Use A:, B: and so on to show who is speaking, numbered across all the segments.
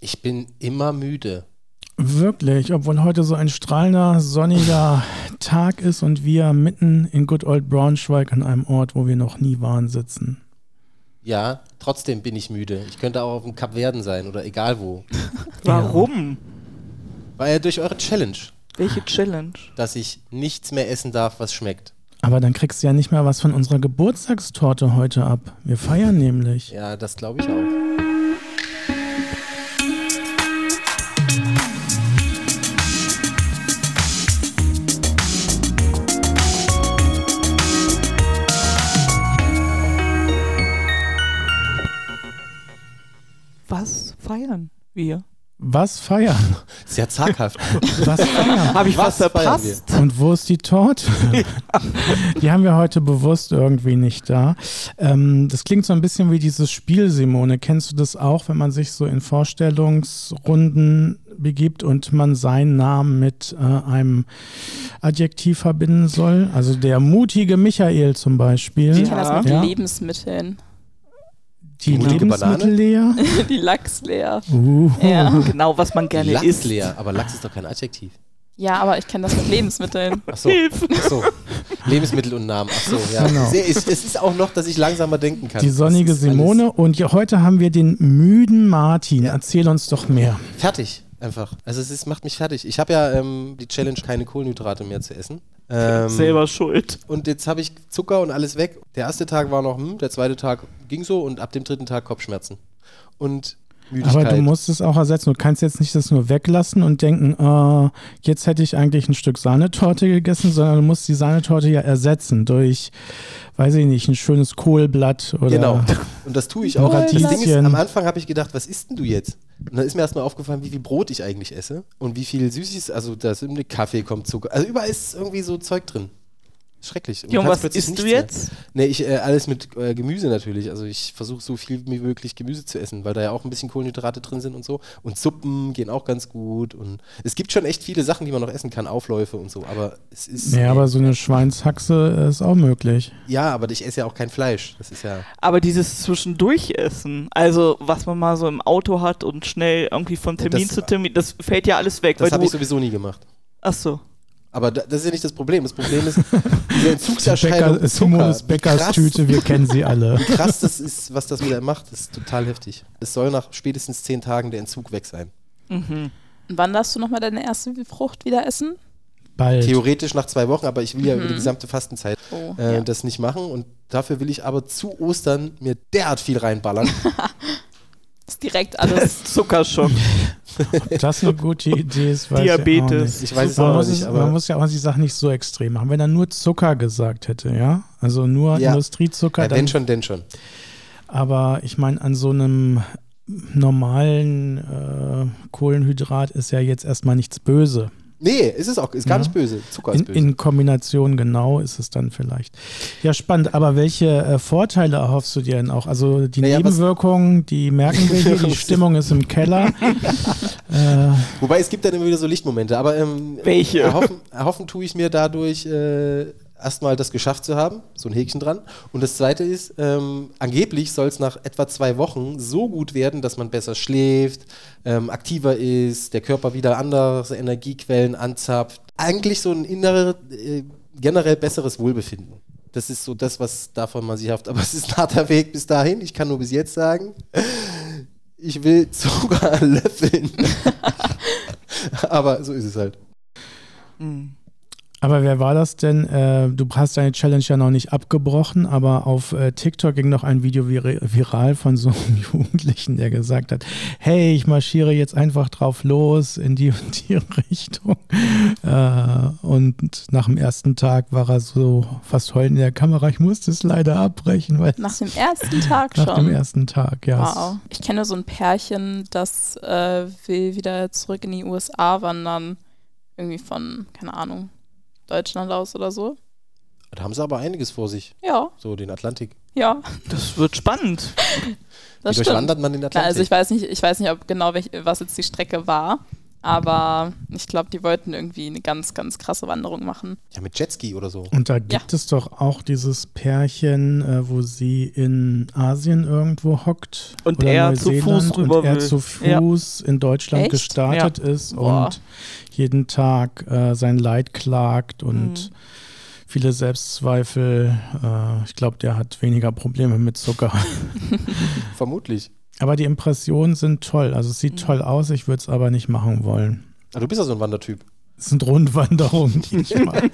A: Ich bin immer müde.
B: Wirklich, obwohl heute so ein strahlender, sonniger Tag ist und wir mitten in Good Old Braunschweig an einem Ort, wo wir noch nie waren, sitzen.
A: Ja, trotzdem bin ich müde. Ich könnte auch auf dem Kap Verden sein oder egal wo.
C: Warum?
A: War ja durch eure Challenge,
C: Welche Challenge?
A: dass ich nichts mehr essen darf, was schmeckt.
B: Aber dann kriegst du ja nicht mehr was von unserer Geburtstagstorte heute ab. Wir feiern nämlich.
A: Ja, das glaube ich auch.
C: Was feiern wir?
B: Was feiern?
A: Ist ja zaghaft.
B: Was feiern?
C: Habe ich
A: Was
C: was,
A: feiern
C: verpasst?
B: Und wo ist die Torte? Die haben wir heute bewusst irgendwie nicht da. Ähm, das klingt so ein bisschen wie dieses Spiel, Simone. Kennst du das auch, wenn man sich so in Vorstellungsrunden begibt und man seinen Namen mit äh, einem Adjektiv verbinden soll? Also der mutige Michael zum Beispiel.
D: Ich kann das mit
B: Ja.
D: Lebensmitteln.
B: Die
A: Mutige
B: Lebensmittel leer.
D: Die Lachs leer.
B: Uh.
D: Ja.
C: Genau, was man gerne
A: Lachs
C: isst.
A: leer, aber Lachs ist doch kein Adjektiv.
D: ja, aber ich kann das mit Lebensmitteln.
A: Ach so. Ach so. Lebensmittel und Namen. Ach so, ja.
B: Genau.
A: Sehr, es, es ist auch noch, dass ich langsamer denken kann.
B: Die
A: Das
B: sonnige
A: ist alles
B: Simone. Und ja, heute haben wir den müden Martin. Erzähl uns doch mehr.
A: Fertig, einfach. Also es ist, macht mich fertig. Ich habe ja ähm, die Challenge, keine Kohlenhydrate mehr zu essen. Ähm,
C: Selber schuld.
A: Und jetzt habe ich Zucker und alles weg. Der erste Tag war noch, hm, der zweite Tag ging so und ab dem dritten Tag Kopfschmerzen. Und Müdigkeit.
B: Aber du musst es auch ersetzen. Du kannst jetzt nicht das nur weglassen und denken, äh, jetzt hätte ich eigentlich ein Stück Sahnetorte gegessen, sondern du musst die Sahnetorte ja ersetzen durch, weiß ich nicht, ein schönes Kohlblatt oder.
A: Genau. Und das tue ich auch. Das
B: Radieschen.
A: Ding ist, am Anfang habe ich gedacht, was isst denn du jetzt? Und dann ist mir erstmal aufgefallen, wie viel Brot ich eigentlich esse und wie viel Süßes, also da ist irgendwie Kaffee, kommt Zucker. Also überall ist irgendwie so Zeug drin. Schrecklich. Und
C: Junge,
A: kannst
C: was
A: plötzlich
C: isst du
A: nichts mehr.
C: jetzt?
A: Nee, ich äh, alles mit äh, Gemüse natürlich. Also ich versuche so viel wie möglich Gemüse zu essen, weil da ja auch ein bisschen Kohlenhydrate drin sind und so. Und Suppen gehen auch ganz gut. Und es gibt schon echt viele Sachen, die man noch essen kann, Aufläufe und so. Aber es ist
B: Ja, aber so eine Schweinshaxe äh, ist auch möglich.
A: ja, aber ich esse ja auch kein Fleisch. Das ist ja
C: Aber dieses Zwischendurchessen, also was man mal so im Auto hat und schnell irgendwie von
A: Ja, das-
C: Termin zu Termin, das fällt ja alles weg.
A: das
C: weil
A: habe
C: du,
A: ich sowieso nie gemacht.
C: ach so.
A: Aber da, das ist ja nicht das Problem. Das Problem ist diese Entzugserscheinung.
B: Bäcker, Simones
A: Zucker.
B: Bäckers
A: Krass.
B: Tüte, wir kennen sie alle.
A: Krass, das ist, was das wieder macht, das ist total heftig. Es soll nach spätestens zehn Tagen der Entzug weg sein.
C: Mhm.
D: Und wann darfst du nochmal deine erste Frucht wieder essen?
B: Bald.
A: Theoretisch nach zwei Wochen, aber ich will ja über die gesamte Fastenzeit
D: Oh,
A: äh,
D: ja.
A: das nicht machen. Und dafür will ich aber zu Ostern mir derart viel reinballern.
D: Ist direkt
C: Also
D: alles.
C: Zuckerschock.
B: Ob das eine gute Idee ist, weiß Ich auch nicht.
C: Diabetes.
A: Ich weiß es
B: Man
A: auch
B: muss,
A: nicht,
B: es, man
A: aber
B: muss ja auch die Sachen nicht so extrem machen. Wenn er nur Zucker gesagt hätte, ja? Also nur
A: Ja.
B: Industriezucker,
A: ja,
B: dann
A: Äh, wenn schon, denn schon.
B: Aber ich meine, an so einem normalen äh, Kohlenhydrat ist ja jetzt erstmal nichts böse.
A: Nee, ist es auch, ist gar
B: Ja.
A: nicht böse. Zucker
B: Mhm. In,
A: ist böse.
B: in Kombination genau ist es dann vielleicht. Ja, spannend. Aber welche äh, Vorteile erhoffst du dir denn auch? Also die
A: Naja, was-
B: Nebenwirkungen, die merken wir hier, die Stimmung ist im Keller. äh,
A: Wobei es gibt dann immer wieder so Lichtmomente, aber ähm,
C: Welche?
A: Erhoffen, erhoffen tue ich mir dadurch äh, erstmal das geschafft zu haben, so ein Häkchen dran. Und das zweite ist, ähm, angeblich soll es nach etwa zwei Wochen so gut werden, dass man besser schläft, ähm, aktiver ist, der Körper wieder andere Energiequellen anzapft. Eigentlich so ein innerer, äh, generell besseres Wohlbefinden. Das ist so das, was davon man sich hofft. Aber es ist ein harter Weg bis dahin. Ich kann nur bis jetzt sagen, ich will Zucker löffeln. Aber so ist es halt.
C: Mhm.
B: Aber wer war das denn? Äh, du hast deine Challenge ja noch nicht abgebrochen, aber auf äh, TikTok ging noch ein Video vir viral von so einem Jugendlichen, der gesagt hat, hey, ich marschiere jetzt einfach drauf los in die und die Richtung. Äh, und nach dem ersten Tag war er so fast heulend in der Kamera. Ich musste es leider abbrechen, weil
D: Nach dem ersten Tag
B: nach dem
D: schon.
B: ersten Tag, ja. es-
D: Wow. Ich kenne so ein Pärchen, das äh, will wieder zurück in die USA wandern. Irgendwie von, keine Ahnung, Deutschland aus oder so.
A: Da haben sie aber einiges vor sich,
D: Ja,
A: so den Atlantik.
D: ja.
C: Das wird spannend.
D: Das
A: Wie
D: stimmt.
A: durchwandert man den
D: Na,
A: Atlantik?
D: also ich weiß nicht, ich weiß nicht, ob genau welch, was jetzt die Strecke war, Aber ich glaube, die wollten irgendwie eine ganz, ganz krasse Wanderung machen.
A: Ja, mit Jetski oder so.
B: Und da gibt es doch auch dieses Pärchen, äh, wo sie in Asien irgendwo hockt.
C: Und er zu Fuß rüber
B: Und er
C: will.
B: zu
C: Ja.
B: Fuß in Deutschland
D: Echt?
B: gestartet ist
D: Boah.
B: und jeden Tag äh, sein Leid klagt und
D: Mhm.
B: viele Selbstzweifel. Äh, ich glaube, der hat weniger Probleme mit Zucker.
A: Vermutlich.
B: Aber die Impressionen sind toll. Also es sieht
D: Mhm.
B: toll aus, ich würde es aber nicht machen wollen.
A: Ah, du bist ja so ein Wandertyp.
B: Es sind Rundwanderungen, die ich mache.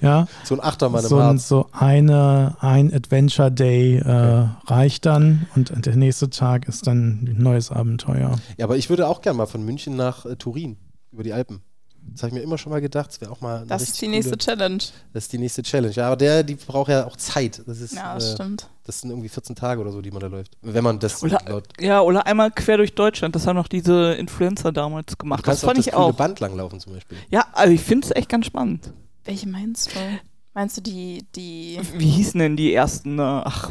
B: Ja,
A: So ein Achtermann
B: so,
A: im
B: ein-
A: Harz.
B: so eine, ein Adventure Day äh, reicht dann und der nächste Tag ist dann ein neues Abenteuer.
A: Ja, aber ich würde auch gerne mal von München nach äh, Turin über die Alpen. Das habe ich mir immer schon mal gedacht. Das wäre auch mal eine
D: Das
A: richtig
D: ist die nächste
A: coole,
D: Challenge.
A: Das ist die nächste Challenge. Ja, aber der, die braucht ja auch Zeit. Das ist,
D: Ja, das
A: äh,
D: stimmt.
A: das sind irgendwie 14 Tage oder so, die man da läuft. Wenn man das
C: Oder-
A: laut.
C: Ja, oder einmal quer durch Deutschland. Das haben noch diese Influencer damals
A: Du
C: gemacht. Das
A: kannst auch
C: fand
A: das
C: ich
A: grüne
C: auch.
A: Band langlaufen zum Beispiel.
C: Ja, also ich finde es echt ganz spannend.
D: Welche meinst du? Meinst du die, die.
C: Wie hießen denn die ersten? äh, Ach,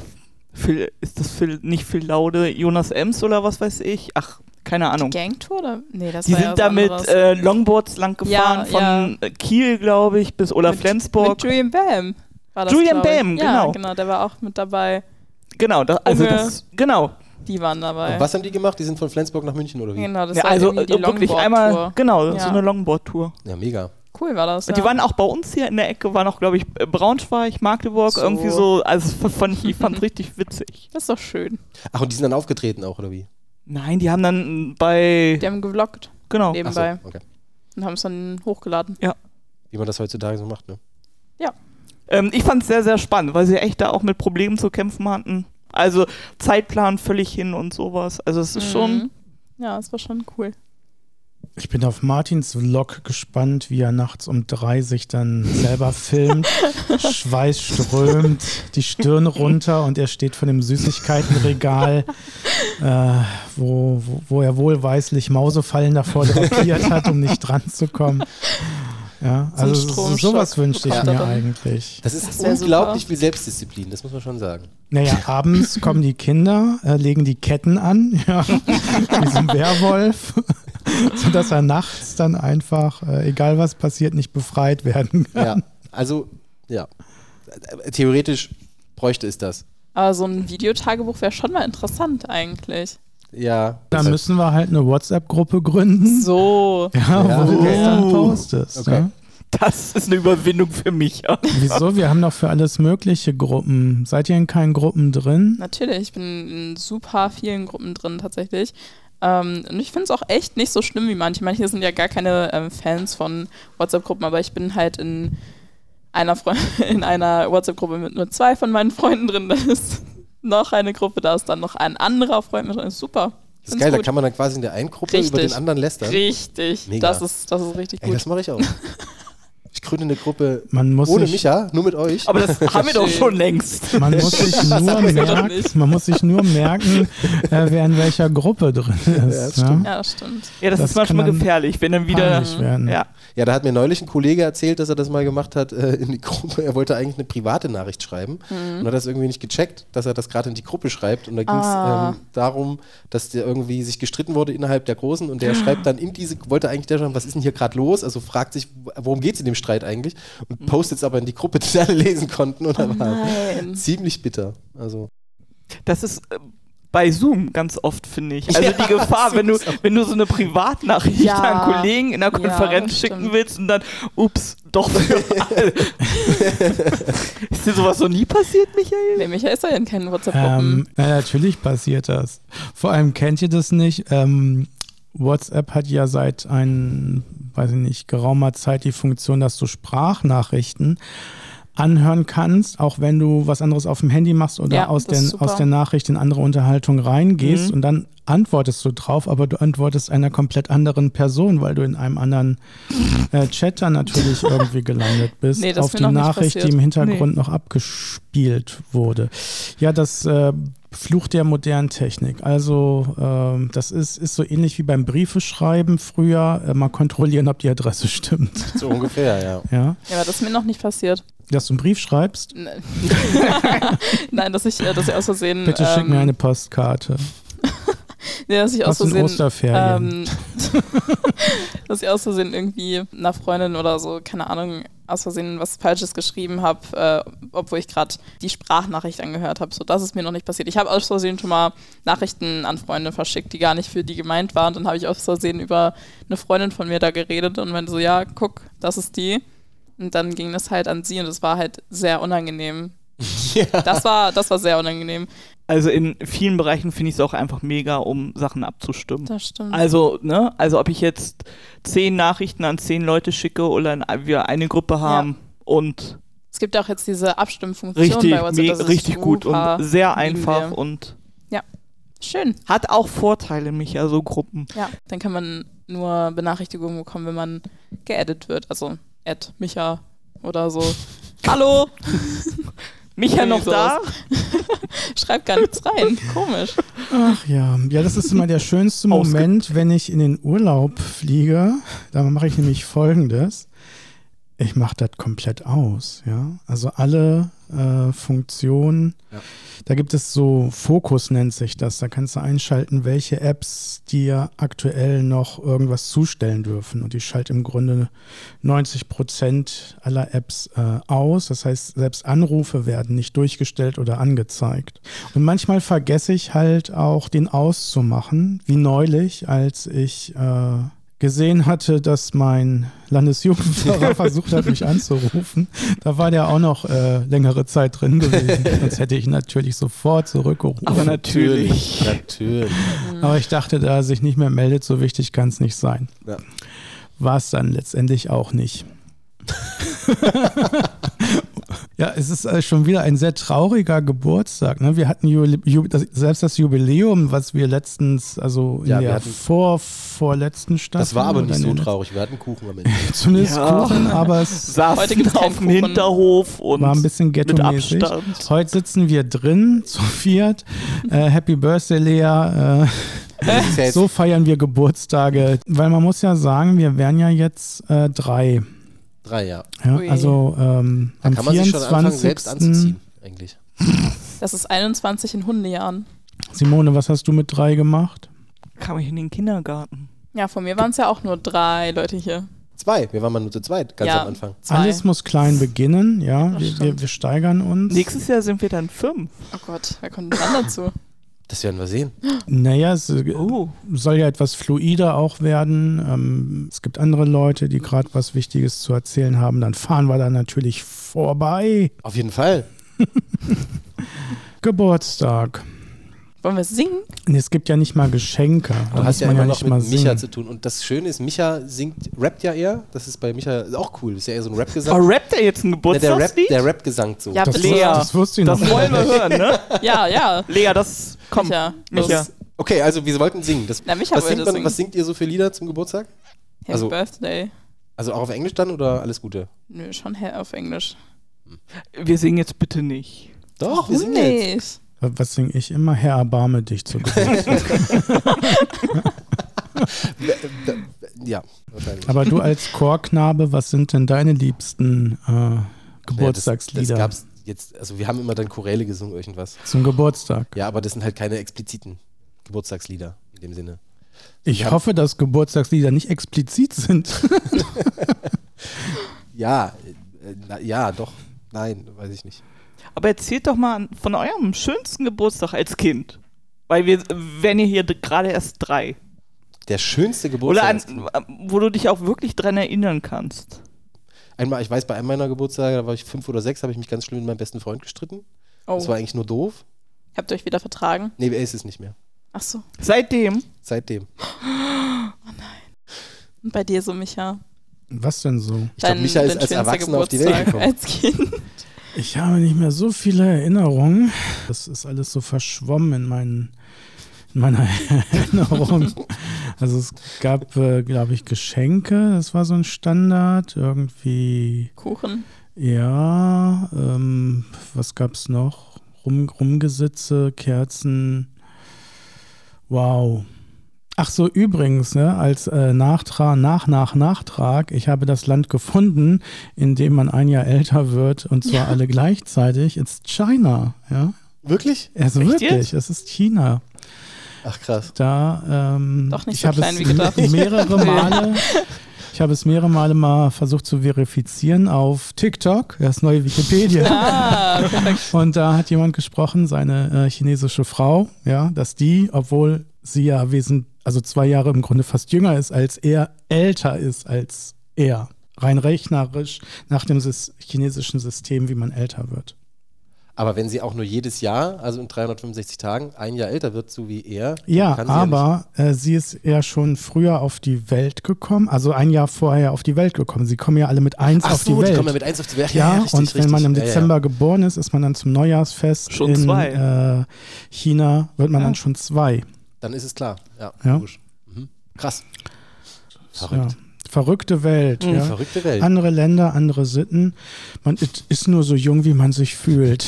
C: Phil, ist das Phil, nicht Phil Laude, Jonas Ems oder was weiß ich? Ach, keine Ahnung.
D: Gangtour oder? Nee, das
C: Die
D: war ja was
C: sind da mit
D: anderes.
C: äh, Longboards lang
D: Ja,
C: gefahren, von äh, Kiel, glaube ich, bis oder
D: Mit-
C: Flensburg.
D: Mit Julian Bam. War
C: Julian
D: glaub ich.
C: Bam,
D: ja,
C: genau.
D: genau. Der war auch mit dabei.
C: genau, das, also
D: Unge-
C: das, genau.
D: Die waren dabei.
A: Und was haben die gemacht? Die sind von Flensburg nach München oder wie?
D: Genau, das
C: Ja,
D: war
C: also
D: irgendwie
C: äh,
D: die
C: wirklich
D: Longboard-Tour.
C: einmal, genau, so
D: Ja.
C: eine Longboard-Tour.
A: Ja, mega.
D: Cool war das.
C: Und
D: ja.
C: die waren auch bei uns hier in der Ecke, waren auch, glaube ich, äh, Braunschweig, Magdeburg,
D: So.
C: irgendwie so. Also f- fand ich, ich fand richtig witzig.
D: das ist doch schön.
A: Ach, und die sind dann aufgetreten auch, oder wie?
C: Nein, die haben dann bei.
D: Die haben gevloggt
C: genau.
A: Ach
D: nebenbei
A: so, okay.
D: und haben es dann hochgeladen.
A: Wie man das heutzutage so macht, ne?
C: Ähm, ich fand es sehr, sehr spannend, weil sie echt da auch mit Problemen zu kämpfen hatten. Also Zeitplan völlig hin und sowas. Also es ist schon.
D: Mhm. Ja, das war schon cool.
B: Ich bin auf Martins Vlog gespannt, wie er nachts um drei sich dann selber filmt, Schweiß strömt, die Stirn runter und er steht vor dem Süßigkeitenregal, äh, wo, wo, wo er wohlweislich Mausefallen davor drapiert hat, um nicht dran zu kommen. Ja,
D: So ein
B: also so- sowas
D: Stromschock
B: wünschte ich
D: kommt er
B: mir
D: dann.
B: eigentlich.
A: Das ist
D: wär
A: unglaublich
D: super.
A: viel Selbstdisziplin, das muss man schon sagen.
B: Naja, abends kommen die Kinder, äh, legen die Ketten an, ja, wie so ein Werwolf, sodass er nachts dann einfach, äh, egal was passiert, nicht befreit werden kann.
A: Ja, also, ja. Äh, Theoretisch bräuchte es das.
D: Aber so ein Videotagebuch wäre schon mal interessant eigentlich.
A: Ja.
B: Da
A: deshalb-
B: müssen wir halt eine WhatsApp-Gruppe gründen,
D: So.
B: ja,
A: Ja,
B: wo du
A: okay.
B: das dann
C: Oh.
B: postest.
A: Okay.
B: Ne?
C: Das ist eine Überwindung für mich. Ja.
B: Wieso? Wir haben doch für alles mögliche Gruppen. Seid ihr in keinen Gruppen drin?
D: Natürlich, ich bin in super vielen Gruppen drin tatsächlich. Ähm, und ich finde es auch echt nicht so schlimm wie manche. Manche sind ja gar keine ähm, Fans von WhatsApp-Gruppen, aber ich bin halt in einer, Fre in einer WhatsApp-Gruppe mit nur zwei von meinen Freunden drin. Da ist noch eine Gruppe, da ist dann noch ein anderer Freund mit drin. Ist Super.
A: Das ist geil, da kann man dann quasi in der einen Gruppe über
D: Richtig.
A: den anderen lästern.
D: Richtig.
A: Mega.
D: Das ist, das ist richtig
A: Ey,
D: gut.
A: das mache ich auch. Ich gründe eine Gruppe
B: Man muss
A: ohne
B: sich-
A: Micha, nur mit euch.
C: Aber das haben wir doch
D: Schön.
C: schon längst.
B: Man muss, sich nur
D: sagt man doch
B: merken,
D: nicht.
B: man muss sich nur merken, äh, wer in welcher Gruppe drin ist. ne?
A: das stimmt.
D: ja, das stimmt.
C: Ja, das,
B: Das
C: ist
B: kann
C: manchmal
B: dann
C: gefährlich, wenn dann wieder.
B: Panisch werden.
C: Ja.
A: Ja, da hat mir neulich ein Kollege erzählt, dass er das mal gemacht hat äh, in die Gruppe. Er wollte eigentlich eine private Nachricht schreiben
D: Mhm.
A: und hat das irgendwie nicht gecheckt, dass er das gerade in die Gruppe schreibt. Und da ging es
D: Ah.
A: ähm, darum, dass der irgendwie sich gestritten wurde innerhalb der Großen und der schreibt dann in diese, wollte eigentlich der schreiben, was ist denn hier gerade los? Also fragt sich, worum geht es in dem Streit eigentlich?
D: Mhm.
A: Und postet es aber in die Gruppe, die alle lesen konnten. Und dann war
D: Oh Nein.
A: ziemlich bitter. Also,
C: Das ist äh, bei Zoom ganz oft, finde ich. Also
A: Ja,
C: die Gefahr,
A: Zoom
C: wenn du,
A: ist auch-
C: wenn du so eine Privatnachricht
D: Ja.
C: an Kollegen in der
D: Ja,
C: Konferenz
D: das
C: schicken
D: stimmt.
C: willst und dann, ups, doch für alle. ist dir sowas noch nie passiert, Michael?
D: Nee, Michael ist ja in keinen
B: Ähm,
D: WhatsApp-Gruppen.
B: na, natürlich passiert das. Vor allem kennt ihr das nicht. Ähm, WhatsApp hat ja seit ein, weiß ich nicht, geraumer Zeit die Funktion, dass du Sprachnachrichten anhören kannst, auch wenn du was anderes auf dem Handy machst oder
D: Ja,
B: aus,
D: das ist
B: den,
D: super. Mhm.
B: aus der Nachricht in andere Unterhaltung reingehst und dann antwortest du drauf, aber du antwortest einer komplett anderen Person, weil du in einem anderen äh, Chat dann natürlich irgendwie gelandet bist,
D: Nee, das
B: auf
D: ist mir
B: die
D: noch nicht
B: Nachricht, die
D: passiert.
B: im Hintergrund noch abgespielt wurde. Ja, das äh, Fluch der modernen Technik. Also ähm, das ist, ist so ähnlich wie beim Briefeschreiben früher, äh, mal kontrollieren, ob die Adresse stimmt.
A: so ungefähr, ja.
B: Ja,
D: ja, aber das ist mir noch nicht passiert.
B: dass du einen Brief schreibst,
D: Ne- Nein, dass ich, äh, dass ich aus Versehen.
B: bitte schick
D: ähm,
B: mir eine Postkarte.
D: Nee, dass ich aus
B: Was sind
D: Versehen,
B: Osterferien?
D: Ähm, dass ich aus Versehen irgendwie einer Freundin oder so, keine Ahnung, aus Versehen was Falsches geschrieben habe, äh, obwohl ich gerade die Sprachnachricht angehört habe. So, das ist mir noch nicht passiert. Ich habe aus Versehen schon mal Nachrichten an Freunde verschickt, die gar nicht für die gemeint waren. Dann habe ich aus Versehen über eine Freundin von mir da geredet und meinte so, ja, guck, das ist die. Und dann ging das halt an sie und es war halt sehr unangenehm. Das war, das war sehr unangenehm.
C: Also in vielen Bereichen finde ich es auch einfach mega, um Sachen abzustimmen.
D: Das stimmt.
C: Also, ne? Also ob ich jetzt zehn Nachrichten an zehn Leute schicke oder in, wir eine Gruppe haben und
D: Es gibt auch jetzt diese Abstimmfunktion
C: richtig,
D: bei WhatsApp.
C: me-
D: das ist
C: richtig gut
D: super.
C: und sehr
D: Lieben
C: einfach
D: wir.
C: und
D: Schön.
C: hat auch Vorteile, Micha, so Gruppen.
D: Ja, dann kann man nur Benachrichtigungen bekommen, wenn man geaddet wird. Also, add Micha oder so. Hallo,
C: Micha noch
D: Irgendwie
C: da?
D: schreib gar nichts rein. Komisch.
B: Ach ja, ja, das ist immer der schönste Moment, wenn ich in den Urlaub fliege. Da mache ich nämlich Folgendes. Ich mache das komplett aus, ja. Also alle äh, Funktionen,
A: Ja.
B: da gibt es so Fokus nennt sich das. Da kannst du einschalten, welche Apps dir aktuell noch irgendwas zustellen dürfen. Und ich schalte im Grunde 90 Prozent aller Apps äh, aus. Das heißt, selbst Anrufe werden nicht durchgestellt oder angezeigt. Und manchmal vergesse ich halt auch, den auszumachen, wie neulich, als ich äh, gesehen hatte, dass mein Landesjugendfahrer versucht hat, mich anzurufen. Da war der auch noch äh, längere Zeit drin gewesen. Sonst hätte ich natürlich sofort zurückgerufen.
C: Aber natürlich.
A: Natürlich.
B: Mhm. Aber ich dachte, da er sich nicht mehr meldet, so wichtig kann es nicht sein.
A: Ja.
B: War es dann letztendlich auch nicht. ja, es ist äh, schon wieder ein sehr trauriger Geburtstag. Ne? Wir hatten Jubile- Ju- das, selbst das Jubiläum, was wir letztens, also in
A: Ja, wir
B: der
A: hatten-
B: vor, vorletzten Staffel.
A: Das
D: oh,
A: war aber
B: oder
A: nicht so
B: in der-
A: traurig. Wir hatten Kuchen am Ende.
B: Zumindest
C: Ja.
B: Kuchen, aber es
D: Heute
C: Saßen
D: gibt's keinen
C: auf dem
D: Kuchen.
C: Hinterhof und
B: war ein bisschen
C: mit
B: ghetto-mäßig.
C: Abstand.
B: Heute sitzen wir drin, zu viert. Äh, Happy Birthday, Lea. Äh,
A: Das ist ja jetzt-
B: So feiern wir Geburtstage, weil man muss ja sagen, wir wären ja jetzt äh, drei.
A: Drei, ja.
B: Ja,
D: Ui.
B: also ähm,
A: Da
B: am
A: kann man sich schon anfangen, selbst
B: 24.
A: anzuziehen, eigentlich.
D: Das ist 21 in Hundejahren.
B: Simone, was hast du mit drei gemacht?
C: Kam ich in den Kindergarten.
D: Ja, von mir waren es ja auch nur drei Leute hier.
A: Zwei. Wir waren mal nur zu zweit, ganz
D: ja,
A: am Anfang.
D: Zwei.
B: Alles muss klein beginnen, ja. Wir,
D: Das
B: wir,
D: stimmt.
B: wir steigern uns.
C: Nächstes Jahr sind wir dann fünf.
D: Oh Gott, wer kommt denn dann dazu?
A: Das werden wir sehen.
B: Naja, es äh,
C: Oh.
B: soll ja etwas fluider auch werden. Ähm, es gibt andere Leute, die gerade was Wichtiges zu erzählen haben. Dann fahren wir da natürlich vorbei.
A: Auf jeden Fall.
B: Geburtstag.
D: Wollen wir singen?
B: Und es gibt ja nicht mal Geschenke. Da
A: Du
B: muss
A: hast ja
B: man
A: immer noch
B: nicht
A: mit
B: mal
A: Micha
B: singen.
A: zu tun. Und das Schöne ist, Micha singt, rappt ja eher. Das ist bei Micha auch cool. Das ist ja eher so ein
C: Aber
A: Rap-Gesang.
C: rappt er jetzt ein
A: Ja, der Rap,
C: Geburtstagslied?
A: der Rap-Gesang so.
D: Ja,
B: Das,
D: Lea.
B: wus- das wusste ich
C: das
B: noch.
C: wollen wir hören, ne?
D: Ja, ja.
C: Genau. Lea, das komm.
D: Micha,
C: Micha.
D: los.
A: Okay, also wir wollten singen. Das,
D: Na, Micha
A: was,
D: wollte
A: singt man,
D: singen.
A: was singt ihr so für Lieder zum Geburtstag?
D: Happy
A: Also-
D: Birthday.
A: Also auch auf Englisch dann oder alles Gute?
D: Nö, schon hell auf Englisch.
C: Wir singen jetzt bitte nicht.
A: Doch, wir singen jetzt.
D: nicht?
B: Was singe ich immer? Herr, erbarme dich zu Geburt.
A: Ja, wahrscheinlich.
B: Aber du als Chorknabe, was sind denn deine liebsten äh,
A: Das, das
B: Geburtstagslieder
A: gab's jetzt, also wir haben immer dann Choräle gesungen, irgendwas.
B: zum Geburtstag?
A: Ja, aber das sind halt keine expliziten Geburtstagslieder in dem Sinne.
B: Ich
A: Ja.
B: hoffe, dass Geburtstagslieder nicht explizit sind.
A: Ja, äh, na, ja, doch. Nein, weiß ich nicht.
C: Aber erzählt doch mal von eurem schönsten Geburtstag als Kind. Weil wir wären ja hier d- gerade erst drei.
A: Der schönste Geburtstag.
C: Oder an,
A: als Kind.
C: wo du dich auch wirklich dran erinnern kannst.
A: Einmal, ich weiß, bei einem meiner Geburtstage, da war ich fünf oder sechs, habe ich mich ganz schlimm mit meinem besten Freund gestritten. Das war
D: Oh,
A: eigentlich nur doof.
D: habt ihr euch wieder vertragen?
A: Nee, er ist es nicht mehr.
D: Ach so.
C: Seitdem.
A: Seitdem.
D: Und bei dir so, Micha?
B: Was denn so?
A: Ich glaube,
D: Dein-
A: Micha ist
D: dein
A: als
D: schönster
A: Erwachsener auf die Welt
D: Geburtstag
A: gekommen.
D: Als Kind.
B: Ich habe nicht mehr so viele Erinnerungen. Das ist alles so verschwommen in, meinen, in meiner Erinnerung. Also es gab, äh, glaube ich, Geschenke. Das war so ein Standard. Irgendwie
D: Kuchen.
B: Ja, ähm, was gab's noch? Rum, Rumgesitze, Kerzen. Wow. Ach so, übrigens, ne, als äh, Nachtrag, nach, nach, Nachtrag, ich habe das Land gefunden, in dem man ein Jahr älter wird und zwar alle gleichzeitig. It's China, ja.
A: Wirklich?
B: Also
C: Echt
B: wirklich, es ist China.
A: Ach krass.
B: Da, ähm,
D: Doch nicht
B: ich
D: so
B: habe
D: klein
B: es
D: wie gedacht.
B: mehrere
D: Nee.
B: Male, ich habe es mehrere Male mal versucht zu verifizieren auf TikTok, das neue Wikipedia.
D: Ah, perfekt.
B: Und da hat jemand gesprochen, seine äh, chinesische Frau, ja, dass die, obwohl sie ja wesentlich, also zwei Jahre im Grunde fast jünger ist als er, älter ist als er. Rein rechnerisch nach dem Sys chinesischen System, wie man älter wird.
A: Aber wenn sie auch nur jedes Jahr, also in 365 Tagen, ein Jahr älter wird, so wie er, dann
B: Ja,
A: kann sie nicht-
B: aber äh, sie ist ja schon früher auf die Welt gekommen, also ein Jahr vorher auf die Welt gekommen. Sie kommen ja alle mit eins
A: Ach
B: auf
A: so,
B: die
A: die,
B: Welt.
A: kommen ja mit eins auf die Welt.
B: ja,
A: richtig,
B: und wenn
A: richtig.
B: man
A: Ja,
B: im
A: ja, ja.
B: Dezember geboren ist, ist man dann zum Neujahrsfest
C: Schon
B: in
C: zwei.
B: Äh, China, wird man
C: Ja.
B: dann schon zwei.
A: Dann ist es klar. Ja,
B: Ja.
A: logisch. Mhm. Krass. Verrückt.
B: Ja. Verrückte Welt.
C: Mhm.
A: Eine
B: Ja.
A: verrückte Welt.
B: Andere Länder, andere Sitten. Man it- ist nur so jung, wie man sich fühlt.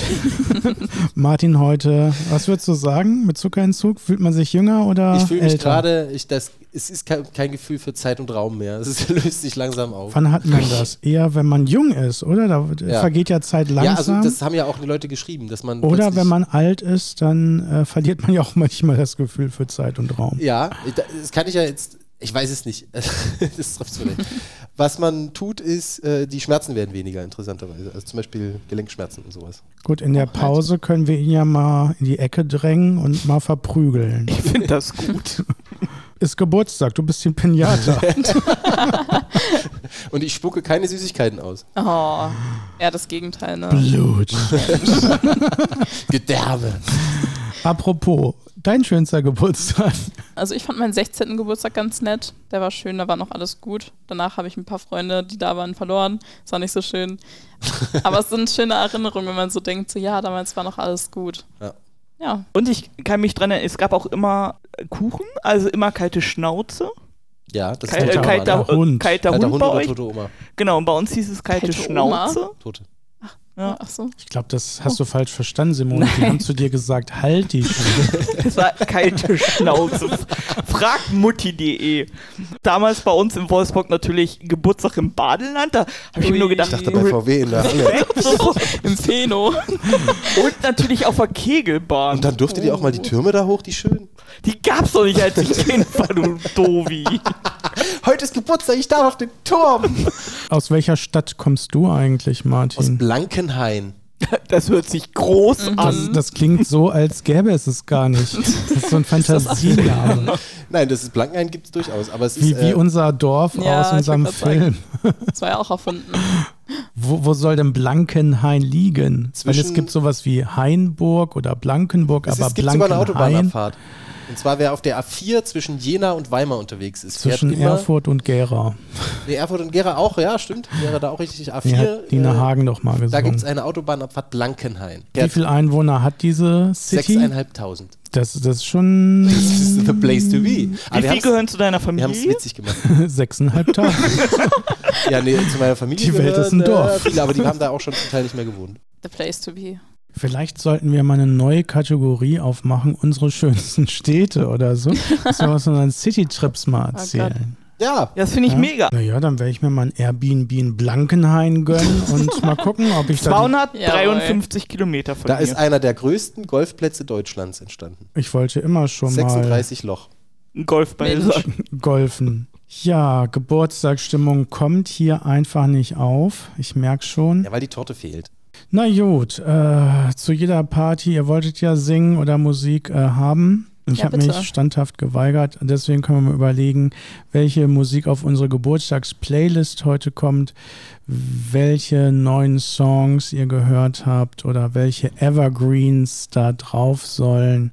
B: Martin heute, was würdest du sagen mit Zuckerentzug? Fühlt man sich jünger oder
A: ich fühle mich
B: älter?
A: gerade, ich, das, es ist kein, kein Gefühl für Zeit und Raum mehr. Es ist- löst sich langsam auf.
B: Wann hat man das? Eher, wenn man jung ist, oder? Da
A: Ja.
B: vergeht ja Zeit
A: ja,
B: langsam.
A: also das haben ja auch die Leute geschrieben, dass man.
B: oder
A: plötzlich-
B: wenn man alt ist, dann äh, verliert man ja auch manchmal das Gefühl für Zeit und Raum.
A: Ja, da- das kann ich ja jetzt. Ich weiß es nicht. das trifft so nicht. Was man tut, ist, äh, die Schmerzen werden weniger, interessanterweise. Also zum Beispiel Gelenkschmerzen und sowas.
B: Gut, in
A: halt.
B: der Pause können wir ihn ja mal in die Ecke drängen und mal verprügeln.
C: Ich finde das gut.
B: Ist Geburtstag, du bist die Pinata.
A: Und ich spucke keine Süßigkeiten aus.
D: Oh, eher das Gegenteil, ne?
B: Blut.
A: Gedärme.
B: Apropos, dein schönster Geburtstag.
D: Also ich fand meinen 16. Geburtstag ganz nett. Der war schön, da war noch alles gut. Danach habe ich ein paar Freunde, die da waren, verloren. Ist auch nicht so schön. Aber es sind schöne Erinnerungen, wenn man so denkt, so ja, damals war noch alles gut.
A: Ja.
D: Ja,
C: Und ich kann mich dran erinnern, es gab auch immer Kuchen, also immer kalte Schnauze.
A: Ja, das
C: Kal
A: ist
C: äh,
B: tote Oma,
C: kalter,
B: ne?
C: äh,
B: Hund.
C: kalter
A: Kalter
C: Hund,
A: Hund
C: bei
A: oder
C: euch.
A: tote Oma.
C: Genau, und bei uns hieß es kalte,
D: Kalte Oma?
C: Schnauze.
A: Tote.
C: Ja.
D: ach so.
B: Ich glaube, das hast du falsch verstanden, Simone. Die haben zu dir gesagt, halt die Schnauze.
C: Es war kalte Schnauze. Fragmutti.de. Damals bei uns in Wolfsburg natürlich Geburtstag im Badeland. Da habe ich mir
D: Ui.
C: nur gedacht,
D: Ich dachte,
A: Bei VW in der Halle.
D: Im Pheno.
C: und natürlich auf der Kegelbahn.
A: Und dann durfte die auch mal die Türme da hoch, die schön.
C: Die gab's doch nicht, als ich Kind war, du Dovi.
A: Heute ist Geburtstag, ich darf auf den Turm.
B: Aus welcher Stadt kommst du eigentlich,
A: Aus
B: Martin?
A: Blankenhain.
C: Das hört sich groß
B: Das,
A: Ähm.
C: an.
B: das klingt so, als gäbe es es gar nicht. Das ist so ein Fantasiename.
A: Nein, das ist Blankenhain gibt es durchaus, aber es ist. äh,
B: Wie, wie unser Dorf
D: Ja,
B: aus
D: ich
B: unserem
D: wollte gerade
B: Film.
D: Das war ja auch erfunden.
B: Wo, wo soll denn Blankenhain liegen? Weil es
A: Zwischen-
B: gibt sowas wie Hainburg oder Blankenburg,
A: es
B: aber
A: ist, gibt sogar eine
B: Blankenhain
A: Autobahnabfahrt. Und zwar, wer auf der A4 zwischen Jena und Weimar unterwegs ist. fährt
B: zwischen
A: immer-
B: Erfurt und Gera.
A: Nee, Erfurt und Gera auch, ja, stimmt. Gera da auch richtig A4.
B: Die hat Dina
A: äh,
B: Hagen doch mal
A: da gibt es
B: gesungen.
A: eine Autobahnabfahrt Blankenhain.
B: Wie viele Einwohner hat diese City?
A: 6.500.
B: Das, das ist schon
A: Das ist the place to be. Aber
C: Wie
A: Ah, wir
C: viel
A: haben's-
C: gehören zu deiner
A: wir haben es
C: Familie?
A: witzig gemacht.
B: 6.500.
A: Ja, nee, zu meiner Familie.
B: Die Welt ist ein
A: gehören, äh,
B: Dorf.
A: Viele, aber die haben da auch schon zum Teil nicht mehr gewohnt.
D: The place to be.
B: Vielleicht sollten wir mal eine neue Kategorie aufmachen, unsere schönsten Städte oder so. Dass wir was von unseren City-Trips
A: Oh
B: mal erzählen.
A: Ja,
C: Das finde ich
B: Ja?
C: mega.
B: Naja, dann werde ich mir mal ein Airbnb in Blankenhain gönnen und mal gucken, ob ich da... Die,
C: 253 Kilometer von
A: da
C: mir.
A: ist einer der größten Golfplätze Deutschlands entstanden.
B: ich wollte immer schon mal
A: 36 Loch.
C: ein Golfball.
D: Mensch.
B: golfen. Ja, Geburtstagsstimmung kommt hier einfach nicht auf. Ich merke schon.
A: Ja, weil die Torte fehlt.
B: Na gut, äh, zu jeder Party, ihr wolltet ja singen oder Musik äh, haben. Ich
D: Ja,
B: habe
D: bitte.
B: mich standhaft geweigert. Deswegen können wir mal überlegen, welche Musik auf unsere Geburtstagsplaylist heute kommt, welche neuen Songs ihr gehört habt oder welche Evergreens da drauf sollen.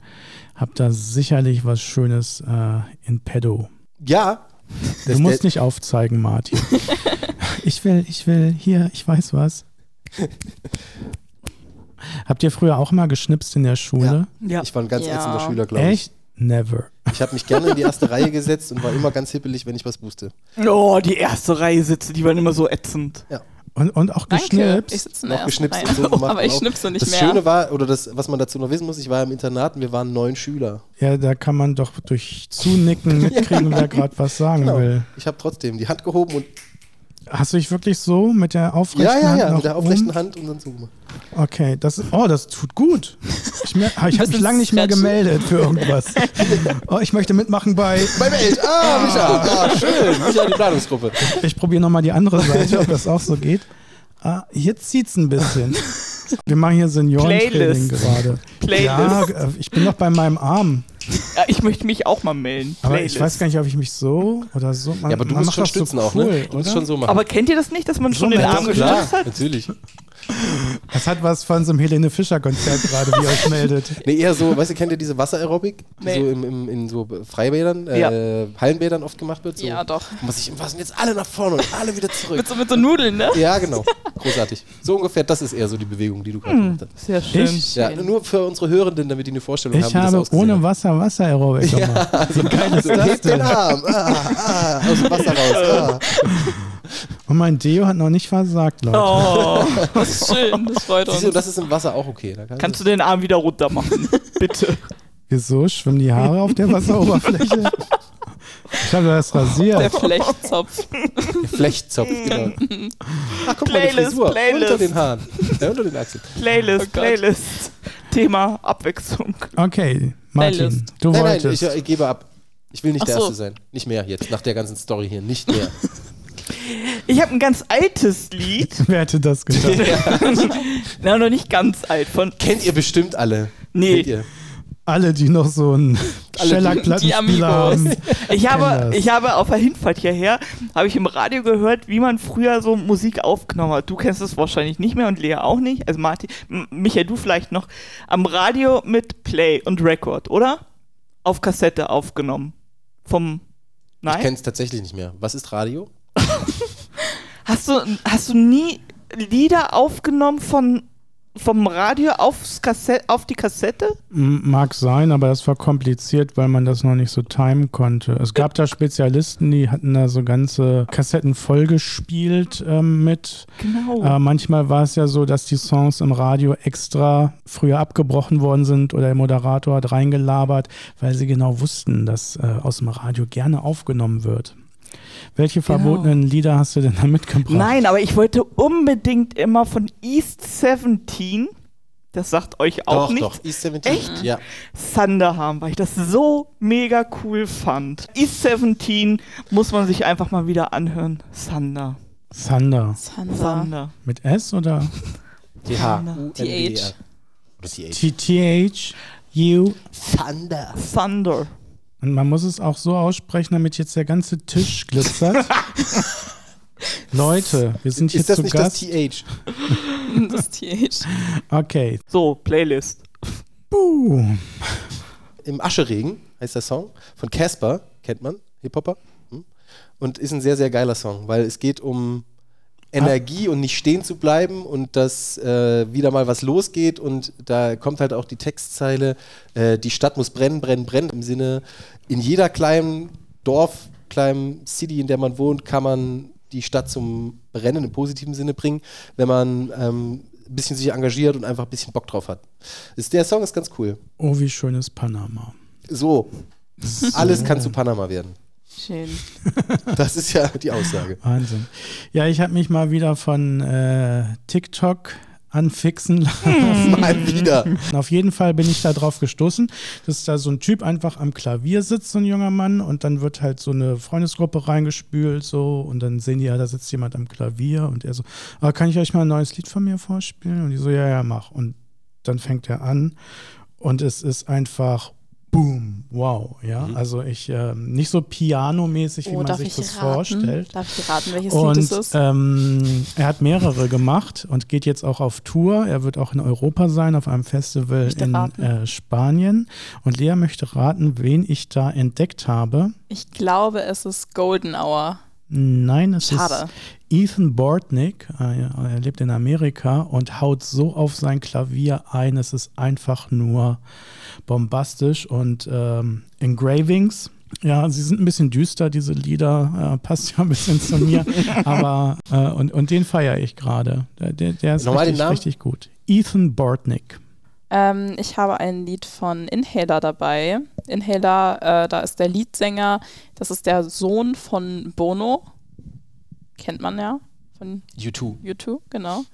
B: Habt da sicherlich was Schönes äh, in Pedo.
A: Ja.
B: Du
A: das-
B: musst
A: der-
B: nicht aufzeigen, Martin. ich will, ich will, hier, ich weiß was. Habt ihr früher auch mal geschnipst in der Schule?
C: Ja.
A: Ich war ein ganz
D: Ja.
A: ätzender Schüler, glaube ich.
B: Echt? Never.
A: Ich habe mich gerne in die erste Reihe gesetzt und war immer ganz hippelig, wenn ich was wusste.
C: Oh, die erste Reihe Sitze, die waren immer so ätzend.
B: Und, und auch
D: Danke. Ich
B: geschnipst?
D: sitze in der
A: Noch
D: ersten
A: geschnipst
D: Reihe.
A: und so gemacht.
D: Aber ich
A: und auch-
D: schnipse nicht
A: das
D: mehr.
A: Schöne war, oder das, was man dazu noch wissen muss, ich war im Internat und wir waren neun Schüler.
B: Ja, da kann man doch durch Zunicken mitkriegen, wer gerade was sagen
A: Genau.
B: will.
A: Ich habe trotzdem die Hand gehoben und
B: Hast du dich wirklich so mit der aufrechten
A: Ja,
B: Hand
A: ja, ja,
B: nach
A: mit der
B: oben?
A: aufrechten Hand und dann so gemacht.
B: Okay, das, oh, das tut gut. Ich, mer- ich habe mich
D: Bisschen
B: lange nicht mehr
D: stretchen.
B: gemeldet für irgendwas. Oh, ich möchte mitmachen bei.
A: Beim Elch. Ah, Micha. Ah, schön. Micha, die Planungsgruppe.
B: Ich probiere nochmal die andere Seite, ob das auch so geht. Ah, jetzt zieht's ein bisschen. Wir machen hier Seniorentraining
C: Playlist.
B: gerade. Ja,
C: Playlist.
B: äh, ich bin noch bei meinem Arm.
C: Ja, Äh, ich möchte mich auch mal melden.
B: Aber ich weiß gar nicht, ob ich mich so oder so. Man,
A: Ja, aber du
B: man
A: musst
B: macht
A: schon
B: das so
A: stützen auch,
B: cool,
A: ne? Du musst
B: oder?
A: schon so machen.
C: Aber kennt ihr das nicht, dass man schon
B: So,
C: den
B: na,
C: Arm
B: doch,
A: klar,
C: gestützt hat?
A: natürlich.
B: Das hat was von so einem Helene Fischer-Konzert gerade, wie ihr euch meldet.
A: Nee, eher so, weißt du, kennt ihr diese Wasseraerobik, die
C: Nee.
A: so im, im, in so Freibädern, äh, Hallenbädern oft gemacht wird? So.
D: Ja, doch.
A: Muss ich im Wasser jetzt alle nach vorne und alle wieder zurück.
D: Mit so, mit so Nudeln, ne?
A: ja, genau. Großartig. So ungefähr, das ist eher so die Bewegung, die du gerade
B: Hm.
A: gemacht hast.
C: Sehr schön.
B: Ich-
A: Ja, nur für unsere Hörenden, damit die eine Vorstellung
B: Ich
A: haben, wie
B: habe
A: das ausgesehen
B: ohne
A: hat.
B: Wasser Wasser-Aerobic gemacht.
A: Also, geil ist
B: das
A: Heb
B: denn?
A: den Arm. Ah, ah, aus dem Wasser raus. Ah.
B: Und mein Deo hat noch nicht versagt, Leute.
C: Oh.
D: Das ist schön, das freut
A: Siehst du,
D: uns.
A: das ist im Wasser auch okay. Da
C: Kannst du den Arm wieder runter machen? Bitte.
B: Wieso schwimmen die Haare auf der Wasseroberfläche? Ich habe das
D: Der
B: rasiert.
D: Flechtzopf.
A: Flechtzopf, genau. Ach, guck mal, die
C: Playlist,
A: Frisur.
C: Playlist.
A: Unter den Haaren. Ja, unter den Achseln.
C: Playlist,
D: Oh Gott.
C: Playlist. Thema Abwechslung.
B: Okay, Martin,
D: Playlist.
B: du
A: Nein, nein, ich,
B: wolltest.
A: ich gebe ab. Ich will nicht
D: Ach
A: der
D: so.
A: Erste sein. Nicht mehr jetzt, nach der ganzen Story hier. Nicht mehr.
C: Ich habe ein ganz altes Lied.
B: Wer hätte das gedacht?
C: Na, noch nicht ganz alt. Von
A: Kennt ihr bestimmt alle.
C: Nee.
A: Kennt ihr?
B: Alle, die noch so einen
A: Alle, die-
D: die
B: Schellack-Plattenspieler haben.
D: Amigos.
C: Ich
B: kenn
C: habe,
B: das.
C: ich habe auf der Hinfahrt hierher, habe ich im Radio gehört, wie man früher so Musik aufgenommen hat. Du kennst es wahrscheinlich nicht mehr und Lea auch nicht. Also Martin, M- Michael, du vielleicht noch. Am Radio mit Play und Record, oder? Auf Kassette aufgenommen. Vom
A: Ich
C: Nein?
A: kenne es tatsächlich nicht mehr. Was ist Radio?
C: Hast du, hast du nie Lieder aufgenommen von, vom Radio aufs Kassett, auf die Kassette?
B: M- Mag sein, aber das war kompliziert, weil man das noch nicht so timen konnte. Es gab da Spezialisten, die hatten da so ganze Kassetten vollgespielt ähm, mit.
C: Genau.
B: Aber manchmal war es ja so, dass die Songs im Radio extra früher abgebrochen worden sind oder der Moderator hat reingelabert, weil sie genau wussten, dass äh, aus dem Radio gerne aufgenommen wird. Welche verbotenen Lieder hast du denn da mitgebracht?
C: Nein, aber ich wollte unbedingt immer von East 17, das sagt euch auch
A: doch,
C: nichts,
A: doch. East 17.
C: Echt?
A: Ja.
C: Thunder haben, weil ich das so mega cool fand. East 17 muss man sich einfach mal wieder anhören. Thunder.
B: Thunder.
D: Sandra.
C: Thunder.
B: Mit S oder
C: Hm.
A: TH.
D: TH.
A: E Oder TH.
B: TTH? You?
A: Thunder.
C: Thunder.
B: Und man muss es auch so aussprechen, damit jetzt der ganze Tisch glitzert. Leute, wir sind hier
A: Ist das
B: zu
A: nicht das
B: Gast.
A: TH?
D: Das TH.
B: okay.
C: So, Playlist.
B: Boom.
A: Im Ascheregen heißt der Song von Casper, kennt man, Hip-Hopper. Hm? Und ist ein sehr, sehr geiler Song, weil es geht um Energie und nicht stehen zu bleiben und dass äh, wieder mal was losgeht und da kommt halt auch die Textzeile, äh, die Stadt muss brennen, brennen, brennen. Im Sinne, in jeder kleinen Dorf, kleinen City, in der man wohnt, kann man die Stadt zum Brennen im positiven Sinne bringen, wenn man ähm, ein bisschen sich engagiert und einfach ein bisschen Bock drauf hat. Ist, der Song ist ganz cool.
B: Oh, wie schön ist Panama.
A: So. Alles kann zu Panama werden.
D: Schön.
A: Das ist ja die Aussage.
B: Wahnsinn. Ja, ich habe mich mal wieder von äh, TikTok anfixen lassen.
A: Mal wieder.
B: Auf jeden Fall bin ich da drauf gestoßen, dass da so ein Typ einfach am Klavier sitzt, so ein junger Mann, und dann wird halt so eine Freundesgruppe reingespült, so, und dann sehen die ja, da sitzt jemand am Klavier, und er so, ah, kann ich euch mal ein neues Lied von mir vorspielen? Und die so, ja, ja, mach. Und dann fängt er an, und es ist einfach boom, wow, ja. Also ich, ähm, nicht so pianomäßig, wie
D: Mhm. Oh,
B: man
D: darf
B: sich
D: ich
B: das
D: raten?
B: vorstellt.
D: Darf ich raten, welches
B: Und
D: Lied es ist?
B: Ähm, er hat mehrere gemacht und geht jetzt auch auf Tour. Er wird auch in Europa sein, auf einem Festival
D: Möchte
B: in
D: raten?
B: äh, Spanien. Und Lea möchte raten, wen ich da entdeckt habe.
D: ich glaube, es ist Golden Hour.
B: Nein, es
D: Schade.
B: ist Ethan Bortnick. Äh, Er lebt in Amerika und haut so auf sein Klavier ein. Es ist einfach nur bombastisch und ähm, Engravings. Ja, sie sind ein bisschen düster, diese Lieder. Äh, passt ja ein bisschen zu mir. Aber, äh, und, und den feiere ich gerade. Der, der, der ist
A: Nochmal den
B: richtig,
A: Namen?
B: richtig gut. Ethan Bortnick.
D: Ähm, ich habe ein Lied von Inhaler dabei. Inhaler, äh, da ist der Leadsänger, das ist der Sohn von Bono. kennt man ja von
A: U2.
D: U2, genau.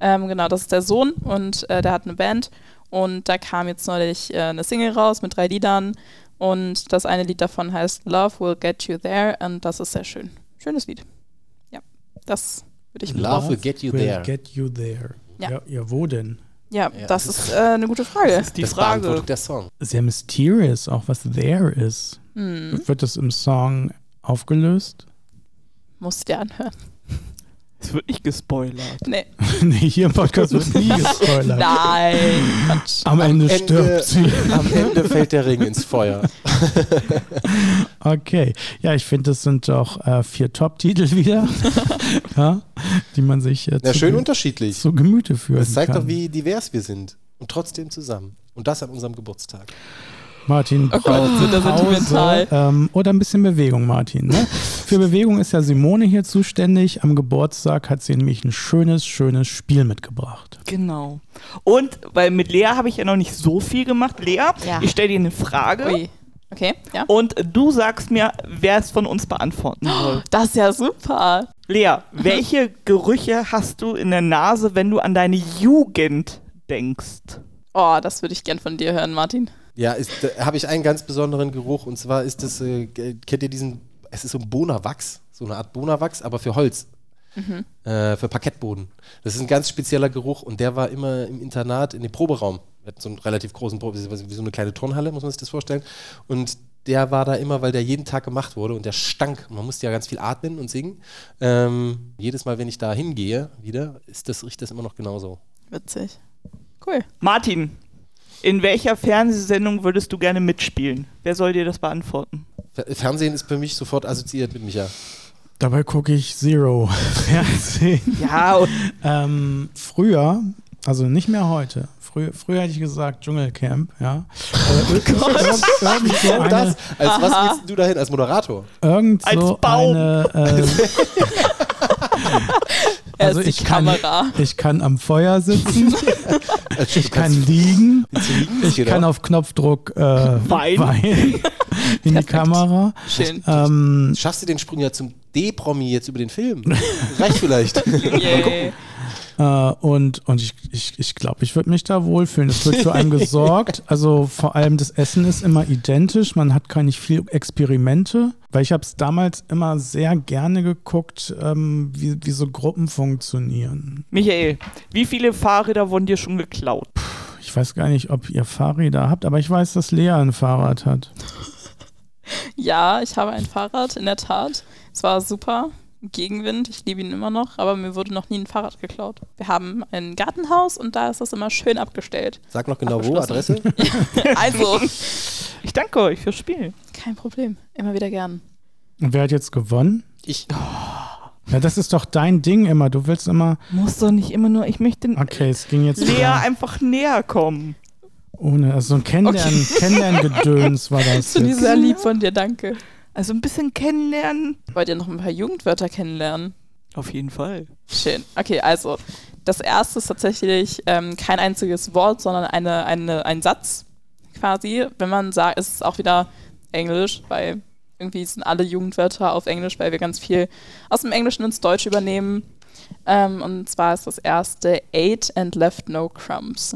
D: Ähm, genau, das ist der Sohn und äh, der hat eine Band und da kam jetzt neulich äh, eine Single raus mit drei Liedern und das eine Lied davon heißt Love Will Get You There und das ist sehr schön. Schönes Lied. Ja, das würde ich mir
A: Love will
D: drauf-
A: get you
B: Will
A: there.
B: get you there.
D: Ja.
B: Ja, ja, wo denn?
D: Ja,
A: Ja,
D: das
A: das
D: ist äh, eine gute Frage.
C: Das ist die
A: das
C: Frage.
A: beantwortet der Song.
B: Sehr mysterious, auch was there ist.
D: Hm,
B: Wird das im Song aufgelöst?
D: musst du dir anhören.
C: Es wird nicht gespoilert.
D: Nee.
B: nee, hier im Podcast wird nie gespoilert.
D: Nein. Quatsch.
B: Am Ende
A: Ende-
B: stirbt sie.
A: Am Ende fällt der Ring ins Feuer.
B: Okay. Ja, ich finde, das sind doch äh, vier Top-Titel wieder, ja, die man sich äh,
A: Ja,
B: zu,
A: schön
B: Gemü-
A: unterschiedlich.
B: zu Gemüte führen
A: Das zeigt
B: kann.
A: doch, wie divers wir sind. Und trotzdem zusammen. Und das an unserem Geburtstag.
B: Martin
D: Oh
B: braucht
D: Gott, jetzt wird er
B: Pause
D: sentimental.
B: ähm, oder ein bisschen Bewegung, Martin. Ne? Für Bewegung ist ja Simone hier zuständig. Am Geburtstag hat sie nämlich ein schönes, schönes Spiel mitgebracht.
C: Genau. Und weil mit Lea habe ich ja noch nicht so viel gemacht. Lea,
D: Ja.
C: ich stelle dir eine Frage
D: Ui. Okay, ja.
C: und du sagst mir, wer es von uns beantworten soll.
D: Das ist ja super.
C: Lea, welche Gerüche hast du in der Nase, wenn du an deine Jugend denkst?
D: Oh, das würde ich gern von dir hören, Martin.
A: Ja, ist- da habe ich einen ganz besonderen Geruch. Und zwar ist das, äh, ge- kennt ihr diesen, es ist so ein Bonawachs. So eine Art Bonawachs, aber für Holz. Äh, für Parkettboden. Das ist ein ganz spezieller Geruch. Und der war immer im Internat, in dem Proberaum. Wir hatten so einen relativ großen Probe, wie so eine kleine Turnhalle, muss man sich das vorstellen. Und der war da immer, weil der jeden Tag gemacht wurde und der stank. Man musste ja ganz viel atmen und singen. Ähm, jedes Mal, wenn ich da hingehe, wieder, ist das, riecht das immer noch genauso.
D: Witzig. Cool.
C: Martin, in welcher Fernsehsendung würdest du gerne mitspielen? Wer soll dir das beantworten?
A: Fer- Fernsehen ist für mich sofort assoziiert mit Micha.
B: Dabei gucke ich Zero Fernsehen.
C: Ja, und
B: ähm, früher, also nicht mehr heute. Früher, früher hätte ich gesagt Dschungelcamp, ja. Äh,
D: Oh,
B: irgend so
A: Genau das.
B: eine,
A: Als was willst du dahin? Als Moderator?
B: irgend so
C: Als Baum.
B: eine äh,
D: Er
B: Also
D: ist die
B: ich kann-
D: Kamera.
B: Ich kann am Feuer sitzen,
A: Als
B: ich kann liegen, ich
A: Genau.
B: kann auf Knopfdruck äh,
C: Weinen.
B: weinen in die
D: Perfekt.
B: Kamera.
D: Schön.
B: Ähm,
A: Schaffst du den Sprung ja zum D-Promi jetzt über den Film? Reicht vielleicht.
D: Yay.
B: äh, und, und ich glaube, ich, ich, glaub, ich würde mich da wohlfühlen. Es wird für einen gesorgt. Also vor allem das Essen ist immer identisch. Man hat gar nicht viel Experimente. Weil ich habe es damals immer sehr gerne geguckt, ähm, wie, wie so Gruppen funktionieren.
C: Michael, wie viele Fahrräder wurden dir schon geklaut?
B: Ich weiß gar nicht, ob ihr Fahrräder habt, aber ich weiß, dass Lea ein Fahrrad hat.
D: Ja, ich habe ein Fahrrad, in der Tat. Es war super. Gegenwind, ich liebe ihn immer noch, aber mir wurde noch nie ein Fahrrad geklaut. Wir haben ein Gartenhaus und da ist das immer schön abgestellt.
A: Sag noch genau wo, Adresse.
D: Also,
C: Ich danke euch fürs Spiel.
D: kein Problem. Immer wieder gern.
B: Und wer hat jetzt gewonnen?
A: Ich,
B: Ja, das ist doch dein Ding immer. Du willst immer.
C: Muss doch nicht immer nur, ich möchte
B: Okay, es ging jetzt
C: Lea
B: wieder
C: einfach näher kommen.
B: ohne. Also so ein Kennenlernen, Kennenlerngedöns war das.
D: Das finde ich
B: Jetzt.
D: sehr lieb von dir, danke.
C: Also ein bisschen kennenlernen.
D: Wollt ihr noch ein paar Jugendwörter kennenlernen?
C: Auf jeden Fall.
D: Schön. Okay, also das erste ist tatsächlich ähm, kein einziges Wort, sondern eine, eine, ein Satz quasi. Wenn man sagt, ist es auch wieder Englisch, weil irgendwie sind alle Jugendwörter auf Englisch, weil wir ganz viel aus dem Englischen ins Deutsche übernehmen. Ähm, und zwar ist das erste Ate and left no crumbs.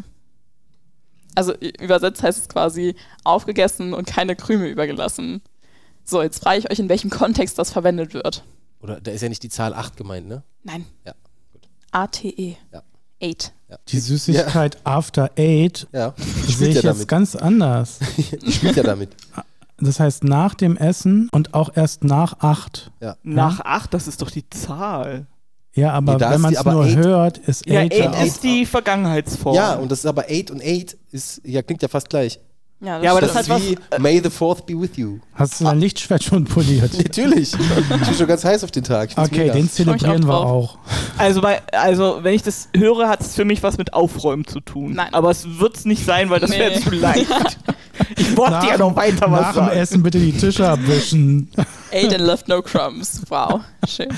D: Also ü- übersetzt heißt es quasi aufgegessen und keine Krüme übergelassen. So, jetzt frage ich euch, in welchem Kontext das verwendet wird.
A: oder da ist ja nicht die Zahl 8 gemeint, ne?
D: Nein. E.
A: Ja,
D: A-T-E.
A: Ja.
D: Eight.
A: Ja.
B: Die Süßigkeit After Eight
A: Ja,
B: sehe
A: spielt
B: ich
A: ja
B: jetzt
A: damit.
B: ganz anders.
A: Spielt ja damit.
B: Das heißt nach dem Essen und auch erst nach acht.
A: Ja.
C: Nach acht, das ist doch die Zahl.
B: Ja, aber
A: Nee, da
B: wenn
A: ist
B: man
A: die-
B: es
A: aber
B: nur
A: eight-
B: hört, ist
C: Ja,
B: eight, ja
C: eight
B: auch.
C: ist die Vergangenheitsform.
A: ja, und das ist aber 8 und 8 ist, ja, klingt ja fast gleich.
D: Ja, das
C: Ja, aber
D: stimmt.
A: Das,
C: das hat
A: ist wie May the 4th be with you.
B: Hast du
C: Ah.
B: dein Lichtschwert schon poliert?
A: Natürlich. Ich bin schon ganz heiß auf den Tag. Ich find's
B: Okay,
A: mega.
B: den
D: mich auch
B: zelebrieren wir
D: drauf.
B: auch.
C: Also, bei, also, wenn ich das höre, hat es für mich was mit Aufräumen zu tun.
D: Nein.
C: Aber es wird es nicht sein, weil das
D: Nee.
C: wäre zu leicht. Ich wollte ja noch weiter was
B: Nach dem
C: sagen.
B: Essen bitte die Tische abwischen.
D: Ate and left no crumbs. Wow. Schön.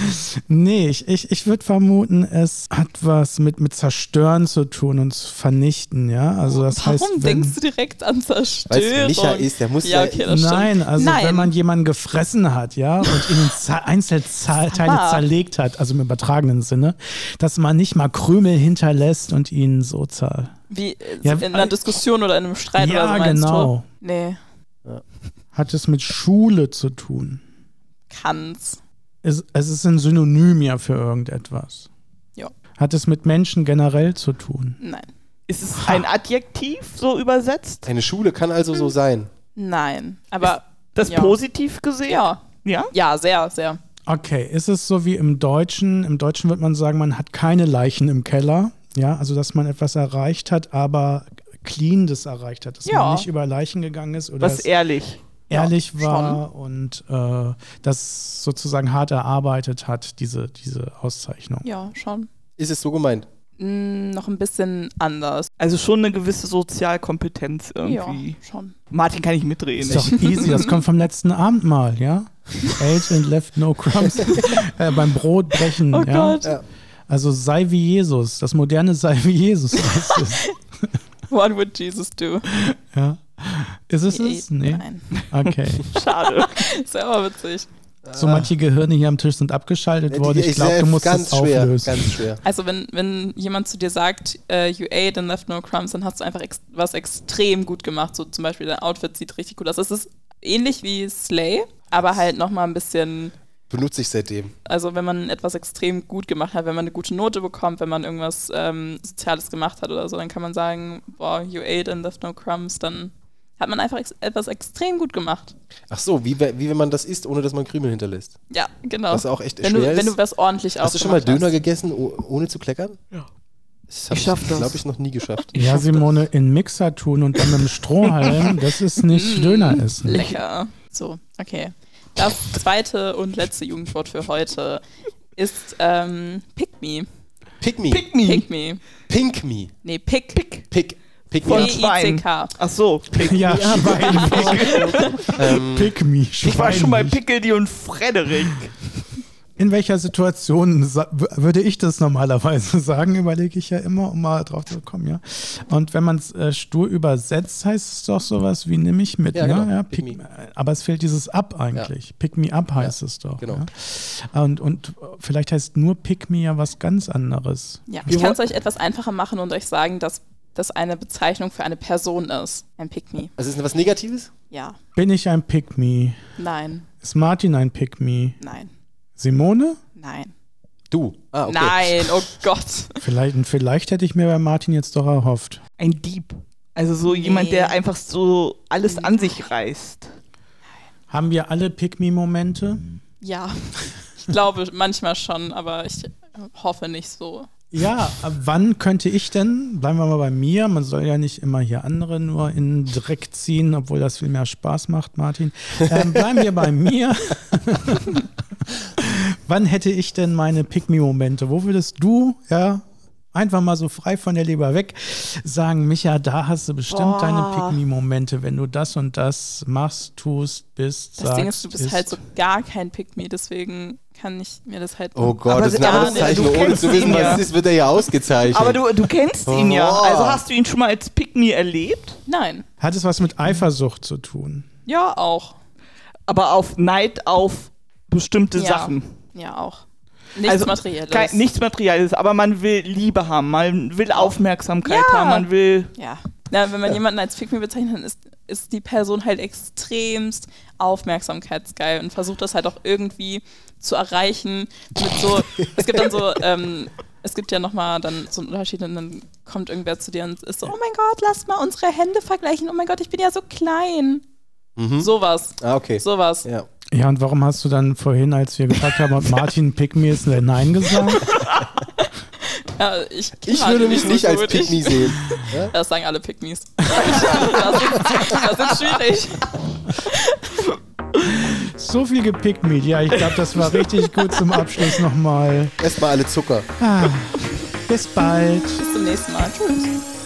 B: Nee, ich, ich, ich würde vermuten, es hat was mit, mit Zerstören zu tun und zu vernichten, ja. Also das
D: Warum
B: heißt, wenn,
D: denkst du direkt an
A: Weil
D: Zerstörung?
A: es Micha ist, der muss
D: ja,
A: ja-
D: okay, das stimmt.
B: Nein, also
D: Nein.
B: wenn man jemanden gefressen hat, ja, und ihn in Za- Einzelteile
D: Sag mal.
B: zerlegt hat, also im übertragenen Sinne, dass man nicht mal Krümel hinterlässt und ihn so zer...
D: Wie äh,
B: Ja,
D: in einer
B: äh,
D: Diskussion oder in einem Streit
B: Ja,
D: oder so meinst
B: genau.
D: du? Nee,
B: Hat es mit Schule zu tun.
D: kann's.
B: Es, es ist ein Synonym ja für irgendetwas.
D: Ja.
B: Hat es mit Menschen generell zu tun.
D: Nein.
C: Ist es ein Adjektiv so übersetzt?
A: Eine Schule kann also so sein.
D: Nein. Aber
C: Das
D: Ja.
C: positiv gesehen?
D: ja.
C: Ja?
D: Ja, sehr, sehr.
B: Okay, ist es so wie im Deutschen? Im Deutschen wird man sagen, man hat keine Leichen im Keller. Ja, also dass man etwas erreicht hat, aber clean das erreicht hat, dass
D: Ja.
B: man nicht über Leichen gegangen ist oder
C: Was
B: es
C: ehrlich.
B: ehrlich
D: ja,
B: war und äh, das sozusagen hart erarbeitet hat, diese, diese Auszeichnung.
D: Ja, schon.
A: Ist es so gemeint?
D: Mm, noch ein bisschen anders.
C: Also schon eine gewisse Sozialkompetenz irgendwie.
D: Ja, schon.
C: Martin kann ich mitreden.
B: Ist doch easy, das kommt vom letzten Abend mal, ja? Ate and left no crumbs äh, beim Brotbrechen.
D: Oh
B: ja?
D: Gott.
A: Ja.
B: Also sei wie Jesus, das moderne sei wie Jesus. heißt es,
D: What would Jesus do?
B: ja? Ist es
D: Nee,
B: es? Nee.
D: Äh, Nein.
B: Okay.
C: Schade.
D: Ist ja aber witzig.
B: So manche Gehirne hier am Tisch sind abgeschaltet worden. Ich glaube,
A: sehr-
B: du musst
A: ganz
B: das
A: schwer,
B: auflösen.
A: ganz schwer.
D: Also wenn, wenn jemand zu dir sagt, äh, you ate and left no crumbs, dann hast du einfach ex was extrem gut gemacht. So zum Beispiel dein Outfit sieht richtig cool aus. Es ist ähnlich wie Slay, aber halt nochmal ein bisschen
A: Benutze ich seitdem.
D: Also wenn man etwas extrem gut gemacht hat, wenn man eine gute Note bekommt, wenn man irgendwas ähm, Soziales gemacht hat oder so, dann kann man sagen, boah, you ate and left no crumbs, dann hat man einfach ex etwas extrem gut gemacht.
A: Ach so, wie, we- wie wenn man das isst, ohne dass man Krümel hinterlässt.
D: Ja, genau.
A: Was auch echt
D: wenn,
A: schwer
D: du, wenn
A: ist.
D: du was ordentlich
A: Hast du schon mal
D: aufgemacht
A: Döner gegessen, oh- ohne zu kleckern? Ja. Das hab
C: Ich schaff das.
A: glaube ich, noch nie geschafft.
B: Ja, Simone, in Mixer tun und dann mit dem Strohhalm, das ist nicht Döner essen.
D: Lecker. So, okay. Das zweite und letzte Jugendwort für heute ist ähm, Pick Me.
A: Pick me. Pick,
C: Pick me.
D: Pick Me.
A: me.
D: Nee, Pick. Pick.
A: Pick. Pick
C: Von
A: me.
D: P-I-C-K.
C: Schwein. Ach so.
B: Ja, Schwein.
A: Ähm,
B: Pick me,
C: Ich war schon bei
B: Schwein.
C: Pickledy und Frederik.
B: In welcher Situation sa- w- würde ich das normalerweise sagen, überlege ich ja immer, um mal drauf zu kommen, ja. Und wenn man es äh, stur übersetzt, heißt es doch sowas wie nimm mich mit,
A: Ja,
B: ne?
A: genau.
B: Ja,
A: Pick
B: pick
A: me.
B: Aber es fehlt dieses up eigentlich. Pick me up heißt es doch.
A: genau.
B: Ja? Und, und vielleicht heißt nur pick me ja was ganz anderes.
D: Ja,
A: Wir
D: ich kann es
A: woll-
D: euch etwas einfacher machen und euch sagen, dass das eine Bezeichnung für eine Person ist. Ein Pick Me.
A: also ist es was Negatives?
D: Ja.
B: Bin ich ein pick me?
D: Nein,
B: Ist Martin ein pick me?
D: nein,
B: Simone?
D: nein.
A: Du. Ah, okay.
D: Nein, oh Gott.
B: Vielleicht, vielleicht hätte ich mir bei Martin jetzt doch erhofft.
C: Ein Dieb. Also so jemand,
D: Nee.
C: der einfach so alles an sich reißt.
B: Haben wir alle pick me Momente?
D: Ja, ich glaube manchmal schon, aber ich hoffe nicht so.
B: Ja, ab wann könnte ich denn, bleiben wir mal bei mir, man soll ja nicht immer hier andere nur in den Dreck ziehen, obwohl das viel mehr Spaß macht, Martin. Ähm, bleiben wir bei mir. wann hätte ich denn meine Pick-Me-Momente? Wo würdest du, ja, einfach mal so frei von der Leber weg, sagen, Micha, da hast du bestimmt
C: Boah.
B: deine Pick-Me-Momente, wenn du das und das machst, tust, bist,
D: Das
B: sagst.
D: Ding ist, du bist
B: isst.
D: halt so gar kein Pick Me, deswegen kann ich mir das halt.
A: Oh Gott,
C: Aber
A: das ist
C: ja,
A: eine
C: du
A: Auszeichnung. Ohne
C: kennst
A: zu wissen,
C: ihn
A: was
C: ja.
A: es ist, wird er ja ausgezeichnet.
C: Aber du, du kennst ihn ja.
A: Oh.
C: Also hast du ihn schon mal als Pickney erlebt?
D: Nein.
B: Hat es was mit Eifersucht zu tun?
D: Ja, auch.
C: Aber auf Neid auf bestimmte
D: Ja.
C: Sachen. Also
D: Ja, auch. Nichts
A: Also,
D: Materielles.
C: Kein, nichts Materielles, aber man will Liebe haben, man will Aufmerksamkeit
D: Ja.
C: haben, man will.
D: Ja. Na, wenn man jemanden als Pick Me bezeichnet, dann ist, ist die Person halt extremst aufmerksamkeitsgeil und versucht das halt auch irgendwie zu erreichen mit so, es gibt dann so, ähm, es gibt ja nochmal dann so einen Unterschied und dann kommt irgendwer zu dir und ist so, oh mein Gott, lass mal unsere Hände vergleichen, oh mein Gott, ich bin ja so klein. Sowas,
A: ah, okay.
D: sowas.
A: Ja.
B: Ja, und warum hast du dann vorhin, als wir gefragt haben, ob Martin Pick me ist, Nein gesagt?
D: Ja, ich kenn
A: Ich
D: halt
A: würde mich
D: so
A: nicht als
D: gut.
A: Pick me
D: Ich-
A: sehen. Ja?
D: Das sagen alle Pick Me's. Das ist, das ist schwierig.
B: So viel gepickt me. Ja, ich glaube, das war richtig gut zum Abschluss nochmal.
A: Erstmal alle Zucker.
B: Bis bald.
D: Bis zum nächsten Mal. Tschüss.